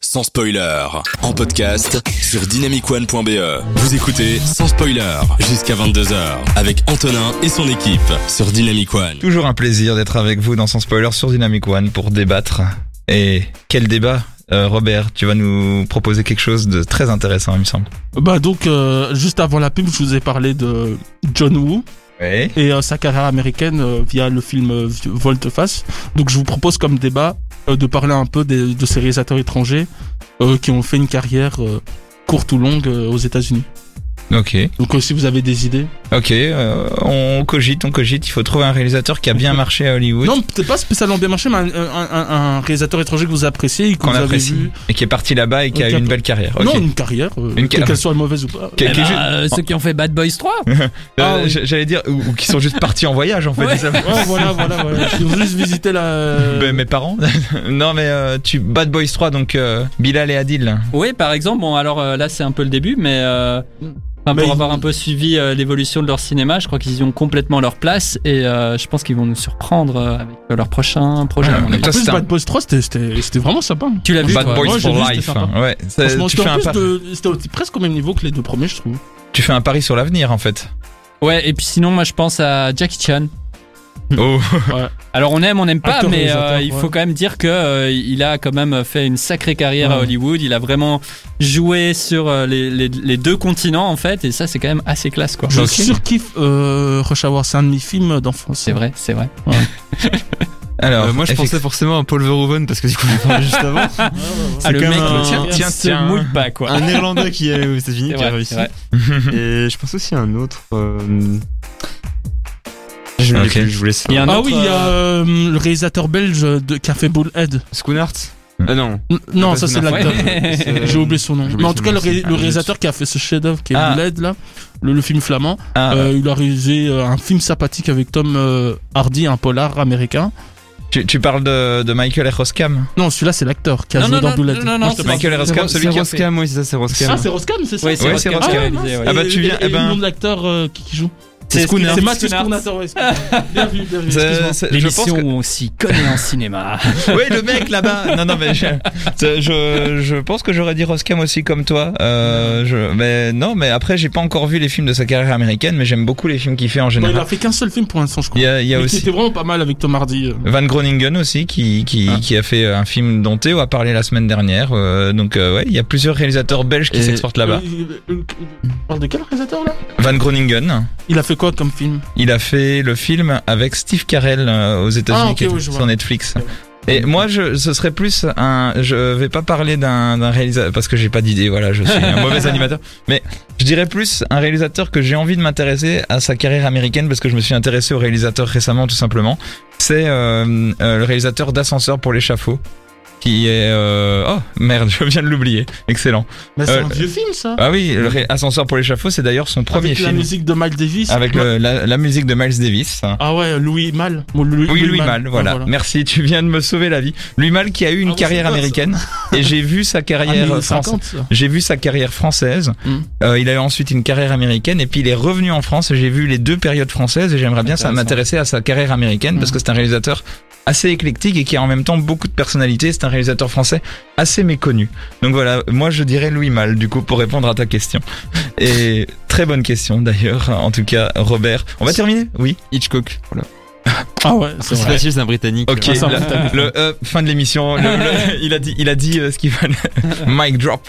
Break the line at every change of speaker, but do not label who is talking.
sans spoiler. En podcast sur dynamicone.be. E. Vous écoutez sans spoiler jusqu'à 22h avec Antonin et son équipe sur Dynamic One.
Toujours un plaisir d'être avec vous dans son spoiler sur Dynamic One pour débattre. Et quel débat Euh, Robert, tu vas nous proposer quelque chose de très intéressant, il me semble.
Bah donc euh, juste avant la pub, je vous ai parlé de John Woo
Oui.
et euh, sa carrière américaine euh, via le film euh, Volteface. Donc je vous propose comme débat euh, de parler un peu des- de ces réalisateurs étrangers euh, qui ont fait une carrière euh, courte ou longue euh, aux États-Unis.
Ok.
Donc euh, si vous avez des idées.
Ok. euh, on cogite, on cogite. Il faut trouver un réalisateur qui a bien marché à Hollywood.
Non, peut-être pas spécialement bien marché, mais un, un- un- un réalisateur étranger que vous appréciez et que
qu'on
vous avez
apprécie
vu.
et qui est parti là-bas et qui a
Ok,
eu une
peu-
belle carrière. Ok.
Non, une carrière, euh,
Une carrière.
qu'elle soit mauvaise ou pas.
Qui-
Eh
qui est
ben,
ju-
euh, ceux qui ont fait Bad Boys 3
Euh,
Ah oui.
j- J'allais dire ou, ou qui sont juste partis en voyage en fait.
Ouais.
ils savent-
Ouais, Euh. voilà, voilà, voilà. Je voulais juste visiter la.
Ben, mes parents. non mais euh, tu Bad Boys 3 donc euh, Bilal et Adil.
Oui, par exemple. Bon, alors euh, là, c'est un peu le début, mais euh, enfin,
Mais
pour
ils-
avoir un peu suivi euh, l'évolution de leur cinéma, je crois qu'ils y ont complètement leur place et euh, je pense qu'ils vont nous surprendre euh, avec euh, leur prochain projet.
Ouais,
à mon
mais
avis.
toi,
En plus,
c'est un-
Bad Boys 3, c'était- c'était c'était vraiment sympa.
tu l'as vu
Bad
toi
Boys
Moi, j'ai
for
vu, c'était
Life.
sympa.
hein. Ouais. Ça,
Franchement,
tu
c'était
fais
en
un
plus
par-
de- c'était au- presque au même niveau que les deux premiers, je trouve.
tu fais un pari sur l'avenir en fait.
Ouais. Et puis sinon, moi, je pense à Jackie Chan.
Oh.
Alors on aime, on n'aime pas,
Acteur,
mais
réalisateur,
euh, il
ouais.
faut quand même dire que euh, il a quand même fait une sacrée carrière à
Ouais.
Hollywood. Il a vraiment joué sur euh, les, les- les deux continents en fait, et ça c'est quand même assez classe
Ah,
quoi.
Je
bah,
Ok.
surkiffe euh, Rush Hour, c'est un de mes films d'enfance.
C'est vrai, c'est vrai.
Alors
Euh, moi, je pensais forcément à Paul Verhoeven parce que du coup, on en parlait juste avant.
Ah, le
quand
mec,
même un-
tiens,
tiens,
se
tiens.
mouille pas quoi.
Un Irlandais qui est aux États-Unis
C'est
qui a
vrai,
réussi.
c'est vrai.
Et je pense aussi à un autre. euh, Je, l'ai
Ok.
plus, je vous laisse.
Il y a un
Ah
autre,
oui, il y a euh, le réalisateur belge de Café Bullhead.
Schoonart Ah non.
N- Non,
pas
bah,
ça c'est
Schoonart.
l'acteur.
Ouais.
C'est-
J'ai oublié son nom.
j'ai oublié
Mais en
son
tout cas,
nom
le,
aussi.
ré- le réalisateur qui a fait ce chef-d'œuvre, qui est
Ah.
Bullhead, là, le, le film flamand,
Ah,
euh, il a réalisé euh, un film sympathique avec Tom euh, Hardy, un polar américain.
tu, tu parles de, de Michael Eroscam.
Non, celui-là c'est l'acteur qui a
Non,
joué
non,
dans
non,
Bullhead.
non, non,
Moi,
non,
je te
c'est
parle-
Michael Eroscam,
C'est
celui qui a fait.
Roscam, oui, c'est ça, c'est Roscam.
Ah, c'est Roscam, c'est ça
Ouais,
Ouais,
c'est
c'est
Roscam qui a
Roscam.
réalisé, ouais.
Ah bah, tu viens-
Et,
eh ben-
le nom de l'acteur euh, qui, qui joue
C'est Schooner.
C'est Mathieu
Schooner.
Schooner, ouais, excuse-moi. Bien vu, bien vu.
C'est-
excuse-moi.
c'est- Je
L'émission
pense que
où on s'y connaît en cinéma.
Oui, le mec là-bas. Non, non, mais je, je, je- je pense que j'aurais dit Roscam aussi comme toi. Euh, je, mais non, mais après, j'ai pas encore vu les films de sa carrière américaine, mais j'aime beaucoup les films qu'il fait en
Bon, il
général.
a fait qu'un seul film pour l'instant, je crois.
Il y a, il y a
Mais
aussi
qui était vraiment pas mal avec Tom Hardy. euh.
Van Groningen aussi qui, qui,
Ah.
qui a fait euh, un film dont Théo a parlé la semaine dernière. Euh, donc, euh, ouais, il y a plusieurs réalisateurs belges qui
Et-
s'exportent là-bas.
Euh, euh, euh, On parle de quel réalisateur là
Van Groningen.
Il a fait quoi comme film
Il a fait le film avec Steve Carell euh, aux États-Unis
Ah, ok,
qui est
oui, je vois.
sur Netflix. Et moi, je, ce serait plus un. Je vais pas parler d'un d'un réalisateur parce que j'ai pas d'idée. Voilà, je suis un mauvais animateur. Mais je dirais plus un réalisateur que j'ai envie de m'intéresser à sa carrière américaine parce que je me suis intéressé au réalisateur récemment, tout simplement. C'est euh, euh, le réalisateur d'Ascenseur pour l'échafaud, qui est. euh, Oh merde, je viens de l'oublier. Excellent.
Mais c'est
Euh,
un vieux film ça.
Ah oui, le ré- Ascenseur pour l'échafaud, c'est d'ailleurs son premier
avec la
film
musique de Miles Davis.
avec le- la, la musique de Miles Davis.
Ah ouais, Louis Mal. Bon, Louis,
Oui, Louis
Malle.
Mal,
Ouais,
voilà. Merci, tu viens de me sauver la vie. Louis Mal qui a eu une
Ah, c'est
carrière
pas ça. Ah,
américaine et j'ai vu sa carrière
Années
française.
50, ça.
J'ai vu sa carrière française.
Mm.
Euh, il a eu ensuite une carrière américaine et puis il est revenu en France. et J'ai vu les deux périodes françaises et j'aimerais bien ça
Intéressant.
m'intéresser à sa carrière américaine parce
Mm.
que c'est un réalisateur assez éclectique et qui a en même temps beaucoup de personnalité. C'est un réalisateur français assez méconnu. Donc voilà, moi je dirais Louis Mal du coup pour répondre à ta question. Et très bonne question d'ailleurs. En tout cas, Robert, on va terminer Oui.
Hitchcock.
Oh
Voilà.
Ah ouais, c'est
C'est
vrai.
facile, c'est un Britannique.
Ok,
Ah, ça,
la- le, euh, fin de l'émission. le- le- il a dit, il a dit euh, ce qu'il fallait. Mic drop.